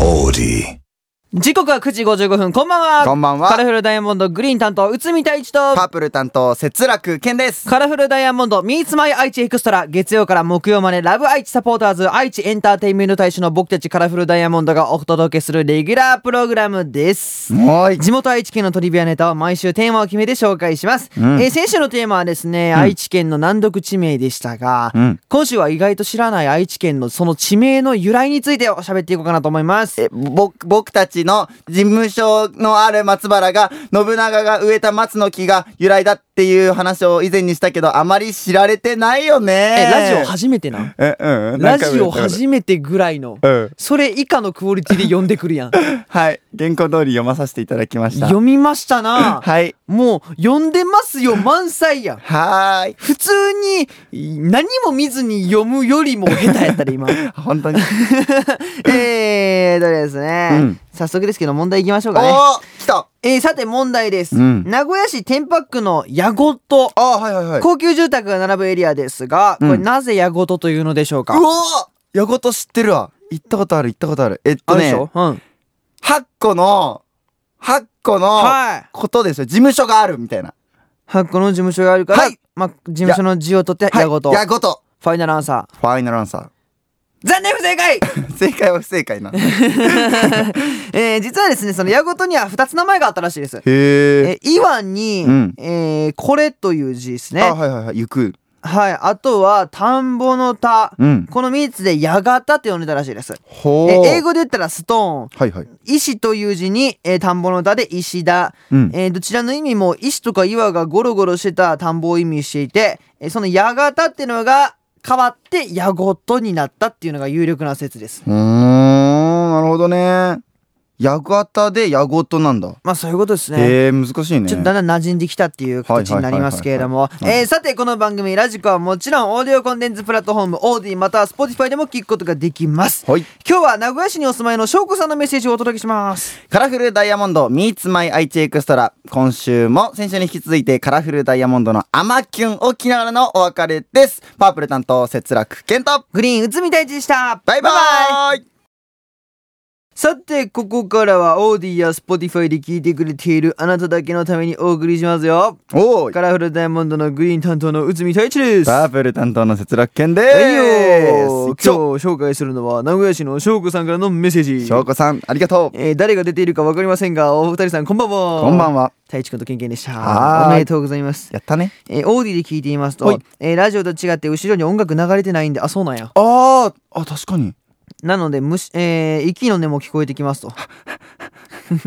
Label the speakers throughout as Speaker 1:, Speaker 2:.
Speaker 1: オーデ
Speaker 2: 時刻は9時55分、こんばんは。
Speaker 3: こんばんは
Speaker 2: カラフルダイヤモンドグリーン担当、内海太一と
Speaker 3: パ、ープル担当、節楽健です。
Speaker 2: カラフルダイヤモンド、ミーツマイ愛知エクストラ、月曜から木曜まで、ラブ愛知サポーターズ、愛知エンターテインメント大使の僕たちカラフルダイヤモンドがお届けするレギュラープログラムです。
Speaker 3: はい。
Speaker 2: 地元愛知県のトリビアネタを毎週テーマを決めて紹介します。
Speaker 3: ん
Speaker 2: えー先週のテーマはですね、愛知県の難読地名でしたが、
Speaker 3: うん
Speaker 2: 今週は意外と知らない愛知県のその地名の由来についてを喋っていこうかなと思います。
Speaker 3: え、僕、僕たちの事務所のある松原が、信長が植えた松の木が由来だっていう話を以前にしたけど、あまり知られてないよね。
Speaker 2: え、ラジオ初めてな
Speaker 3: え、うん。
Speaker 2: ラジオ
Speaker 3: め
Speaker 2: 初めてぐらいの、
Speaker 3: うん。
Speaker 2: それ以下のクオリティで呼んでくる やん。
Speaker 3: はい。原稿通り読まさせていただきました。
Speaker 2: 読みましたな。
Speaker 3: はい。
Speaker 2: もう、呼んでますよ、満載やん。
Speaker 3: はーい。
Speaker 2: 普通に、何も見ずに読むよりも下手やったで、 今。
Speaker 3: 本当に。
Speaker 2: えー、どれですね、
Speaker 3: うん
Speaker 2: 早速ですけど、問題いきましょう
Speaker 3: お
Speaker 2: かね。
Speaker 3: ー来た
Speaker 2: えー、さて、問題です。
Speaker 3: うん
Speaker 2: 名古屋市天白区の矢ごと。
Speaker 3: あーはいはいはい。
Speaker 2: 高級住宅が並ぶエリアですが、こ
Speaker 3: う
Speaker 2: れ
Speaker 3: ん
Speaker 2: なぜ矢ごとというのでしょうか、
Speaker 3: うおーやこと知ってるわ。行ったことある、行ったことある。えっ
Speaker 2: あ
Speaker 3: と
Speaker 2: るで
Speaker 3: ね
Speaker 2: し、ょ、うん。
Speaker 3: 8個の、8個の、
Speaker 2: はい。
Speaker 3: ことですよ。事務所があるみたいな。
Speaker 2: はこの事務所があるから、
Speaker 3: はい
Speaker 2: まあ、事務所の字を取って矢ごと。
Speaker 3: やごと。
Speaker 2: ファイナルアンサー。
Speaker 3: ファイナルアンサ
Speaker 2: 残念不正解
Speaker 3: ー。 正解は不正解な。へ
Speaker 2: えー、実はですね、その矢ごとには2つ名前があったらしいです。
Speaker 3: え。
Speaker 2: えー、イワンに、
Speaker 3: うん
Speaker 2: えーこれという字ですね。
Speaker 3: あ、はいはいはい。行く。
Speaker 2: はい。あとは、田んぼの田。
Speaker 3: うん。
Speaker 2: この3つで、やがたって呼んでたらしいです。え
Speaker 3: ほう。
Speaker 2: 英語で言ったら、ストーン。
Speaker 3: はいはい。
Speaker 2: 石という字に、えー田んぼの田で石田。
Speaker 3: うん。
Speaker 2: えーどちらの意味も、石とか岩がゴロゴロしてた田んぼを意味していて、えーそのやがたっていうのが変わって、やごとになったっていうのが有力な説です。
Speaker 3: うーん、なるほどね。やがたでやごとなんだ。
Speaker 2: まあ、そういうことですね。
Speaker 3: へえ、難しいね。
Speaker 2: ちょっとだんだん馴染んできたっていう形になりますけれども
Speaker 3: は、いはいはいはいはい
Speaker 2: えーさてこの番組ラジコはもちろんオーディオコンテンツプラットフォームオーディまたは Spotify でも聞くことができます。
Speaker 3: はい。
Speaker 2: 今日は名古屋市にお住まいの翔子さんのメッセージをお届けします。
Speaker 3: カラフルダイヤモンド Meets My 愛知エクストラ。今週も先週に引き続いてカラフルダイヤモンドのアマキュンを着ながらのお別れです。パープル担当、節楽健太。
Speaker 2: グリーン内海大地でした。
Speaker 3: バイバーイ
Speaker 2: さてここからはオーディや Spotify で聞いてくれているあなただけのためにお送りしますよ。
Speaker 3: おー
Speaker 2: カラフルダイヤモンドのグリーン担当の内海太一です。
Speaker 3: パープル担当の節楽健で
Speaker 2: はいよ今
Speaker 3: す。
Speaker 2: 日紹介するのは名古屋市の翔子さんからのメッセージ。
Speaker 3: 翔子さん、ありがとう。
Speaker 2: えー誰が出ているかわかりませんが、お二人さんこんばんは。
Speaker 3: こんばん
Speaker 2: は。
Speaker 3: は。
Speaker 2: 太一くんとケンケンでした。
Speaker 3: はーい
Speaker 2: おめでとうございます。
Speaker 3: やったね。
Speaker 2: えーオーディで聞いていますと
Speaker 3: はい、
Speaker 2: えーラジオと違って後ろに音楽流れてないんで、あ、そうなんや。
Speaker 3: ああ、あ、確かに。
Speaker 2: なので、むし、えー息の根も聞こえてきますと。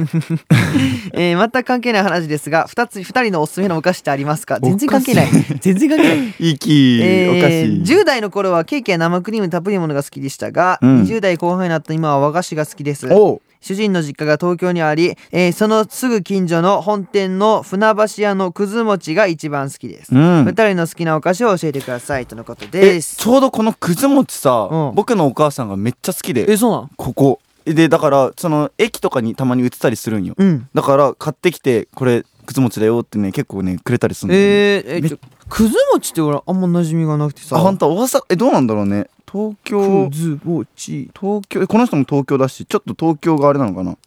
Speaker 2: えー全く関係ない話ですが、二つ、二人のおすすめのお菓子ってありますか全然関係ない
Speaker 3: おかし。
Speaker 2: 全然関係ない。
Speaker 3: 息、
Speaker 2: えー
Speaker 3: おかしい。
Speaker 2: 10代の頃はケーキや生クリームたっぷりのものが好きでしたが、
Speaker 3: うん
Speaker 2: 20代後半になった今は和菓子が好きです。
Speaker 3: おう。
Speaker 2: 主人の実家が東京にあり、えーそのすぐ近所の本店の船橋屋のくず餅が一番好きです。
Speaker 3: うん
Speaker 2: 二。人の好きなお菓子を教えてくださいとのこと
Speaker 3: え、
Speaker 2: で
Speaker 3: ち
Speaker 2: す。
Speaker 3: ょうどこのくず餅さ、
Speaker 2: うん
Speaker 3: 僕のお母さんがめっちゃ好きで、
Speaker 2: そうなん
Speaker 3: ここ。で、だから、その、駅とかにたまに売ってたりするんよ。
Speaker 2: うん。
Speaker 3: だから、買ってきて、これ、くず餅だよってね、結構ね、くれたりするんだよね。
Speaker 2: えー、え
Speaker 3: め
Speaker 2: ちょくず餅って俺あんま馴染みがなくてさ。
Speaker 3: あ、ほんと、大阪、え、どうなんだろうね。東京
Speaker 2: く、ず餅。
Speaker 3: 東京、えこの人も東京だし、ちょっと東京があれなのかな。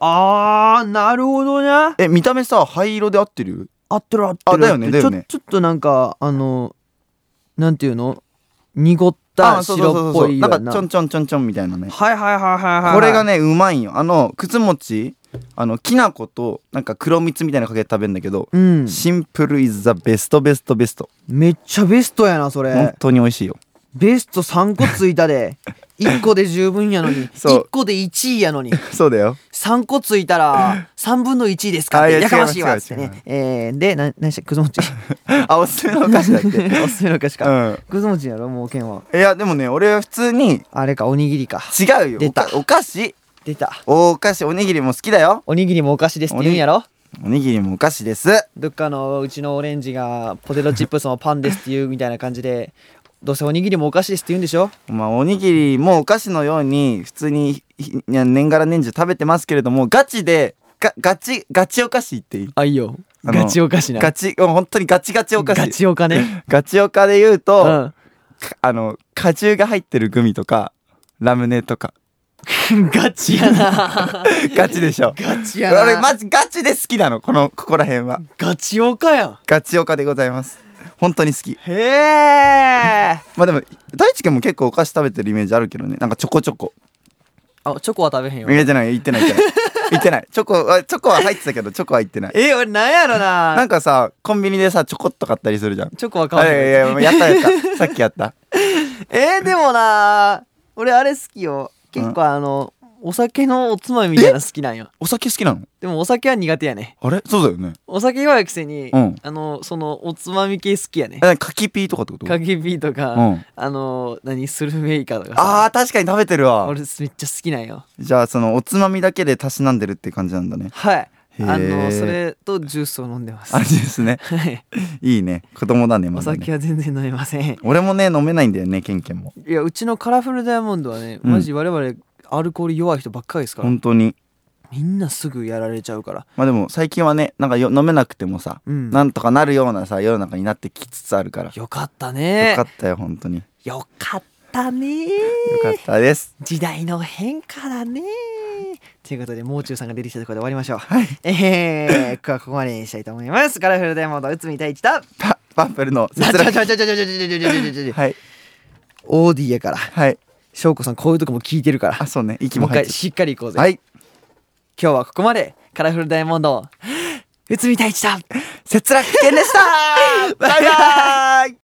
Speaker 2: あー、なるほどね。
Speaker 3: え、見た目さ、灰色で合ってる
Speaker 2: あってるあってる。
Speaker 3: あだよね
Speaker 2: 合ってる
Speaker 3: だよね
Speaker 2: ちょ。ちょっとなんか、あの、なんていうの濁った
Speaker 3: あそうそうそ
Speaker 2: 白っ
Speaker 3: うそ
Speaker 2: ぽ
Speaker 3: う
Speaker 2: いよ
Speaker 3: な
Speaker 2: うんな。
Speaker 3: かちょんちょんちょんちょんみたいなね
Speaker 2: はいはいはいはいはい。
Speaker 3: これが。ねうまいんよあのくず餅あのきな粉となんか黒蜜みたいなのかけて食べるんだけど、
Speaker 2: うん。
Speaker 3: シンプルイズザベストベストベスト
Speaker 2: めっちゃベストやな、それ。
Speaker 3: 本当に美味しい よ
Speaker 2: ベスト3個ついた で1個で十分やのに
Speaker 3: そう
Speaker 2: 1個で1位やのに
Speaker 3: そうだよ
Speaker 2: 3個ついたら3分の1ですかっ
Speaker 3: あい
Speaker 2: て
Speaker 3: や
Speaker 2: やかましいわっつって
Speaker 3: 違う違う違
Speaker 2: ねえーでな何でしたくず餅
Speaker 3: あおすすめのお菓子だ っけ
Speaker 2: おすすめのお菓子
Speaker 3: う
Speaker 2: かくず餅やろもうけんは
Speaker 3: んいやでもね俺は普通に
Speaker 2: あれかおにぎりか
Speaker 3: 違うよ
Speaker 2: 出た
Speaker 3: お菓子
Speaker 2: 出た
Speaker 3: お菓子おにぎりも好きだよ
Speaker 2: おにぎりもお菓子ですって言うんやろ
Speaker 3: おにぎりもお菓子です
Speaker 2: どっかのうちのオレンジがポテトチップ スもパンですって言うみたいな感じでどうせおにぎりもお菓子ですって言うんでしょ
Speaker 3: まあおにぎりもお菓子のように普通にひいや年がら年中食べてますけれどもガチでガガチガチお菓子っていい
Speaker 2: あいいよ
Speaker 3: あ
Speaker 2: ガ
Speaker 3: の
Speaker 2: チお菓子な
Speaker 3: ガチ、うん本当にガチガチお菓子。
Speaker 2: ガ
Speaker 3: ガチ
Speaker 2: チお金、ね、
Speaker 3: おかで言う
Speaker 2: う
Speaker 3: と、
Speaker 2: ん
Speaker 3: かあの、果汁が入ってるグミとか、ラムネとか。
Speaker 2: ガチや な。
Speaker 3: ガチでしょ。
Speaker 2: ガチやな。
Speaker 3: 俺マジガチで好きなの、この、ここら辺は。
Speaker 2: ガチオカやん。
Speaker 3: ガチ岡でございます。本当に好き。
Speaker 2: へえ。
Speaker 3: まあでも、大地君も結構お菓子食べてるイメージあるけどね。なんかちょこちょこ。
Speaker 2: あ、チョコは食べへんよ
Speaker 3: い。やじゃない、言ってない、言ってない。言ってない。チョコ、あチョコは入ってたけど、チョコは入ってない。
Speaker 2: え、俺なんやろな。
Speaker 3: なんかさ、コンビニでさ、ちょこっと買ったりするじゃん。
Speaker 2: チョコは買
Speaker 3: あ
Speaker 2: わ
Speaker 3: い
Speaker 2: へん。
Speaker 3: やいや、やった やった。さっきやった。
Speaker 2: えー、でもな俺あれ好きよ結構あの、お酒のおつまみみたいなの好きなんよ
Speaker 3: お酒好きなの
Speaker 2: でもお酒は苦手やね
Speaker 3: あれそうだよね。
Speaker 2: お酒弱いくせに、
Speaker 3: うん
Speaker 2: あのそのおつまみ系好きやね
Speaker 3: え、なんか柿ピーとかってこと
Speaker 2: かけピーとか、
Speaker 3: うん
Speaker 2: あの何スルメイカとかさ
Speaker 3: あー、確かに食べてるわ
Speaker 2: 俺。めっちゃ好きなんよ
Speaker 3: じゃあ、その、おつまみだけでたしなんでるって感じなんだね。
Speaker 2: はい
Speaker 3: へー
Speaker 2: あのそれとジュースを飲んでます
Speaker 3: あれですね。
Speaker 2: はい
Speaker 3: いいね。子供だね、ま
Speaker 2: お
Speaker 3: だね
Speaker 2: 酒。は全然飲めません
Speaker 3: 俺もね、飲めないんだよね、ケンケンも。
Speaker 2: いやうちのカラフルダイヤモンドはね、
Speaker 3: うん
Speaker 2: マジ我々アルコール弱い人ばっかりですから、
Speaker 3: 本当に。
Speaker 2: みんなすぐやられちゃうから
Speaker 3: まあでも、最近はね、なんかよ飲めなくてもさ、
Speaker 2: うん
Speaker 3: なんとかなるようなさ、世の中になってきつつあるから。
Speaker 2: よかった
Speaker 3: よ
Speaker 2: ね
Speaker 3: かったよ、本当に。よ
Speaker 2: よかったねー
Speaker 3: かったです。
Speaker 2: 時代の変化だねーということでもう中さんが出てきたところで終わりましょうはいえー、今日はここまでにしたいと思いますカラフルダイヤモンド内海太一と
Speaker 3: パパップルの節
Speaker 2: ちょち
Speaker 3: 楽。
Speaker 2: ょちょちょちょちょちょちょちょちょちょ
Speaker 3: はい。
Speaker 2: オーディやから
Speaker 3: はい。
Speaker 2: 翔子さんこういうとこも聞いてるから
Speaker 3: あ、そうね。息
Speaker 2: も
Speaker 3: も
Speaker 2: う一
Speaker 3: 入っ
Speaker 2: 回
Speaker 3: て
Speaker 2: しっかりいこう
Speaker 3: る。
Speaker 2: ぜ、
Speaker 3: はい。
Speaker 2: 今日はここまでカラフルダイヤモンド内海太一と
Speaker 3: 節楽健でしたバイバーイ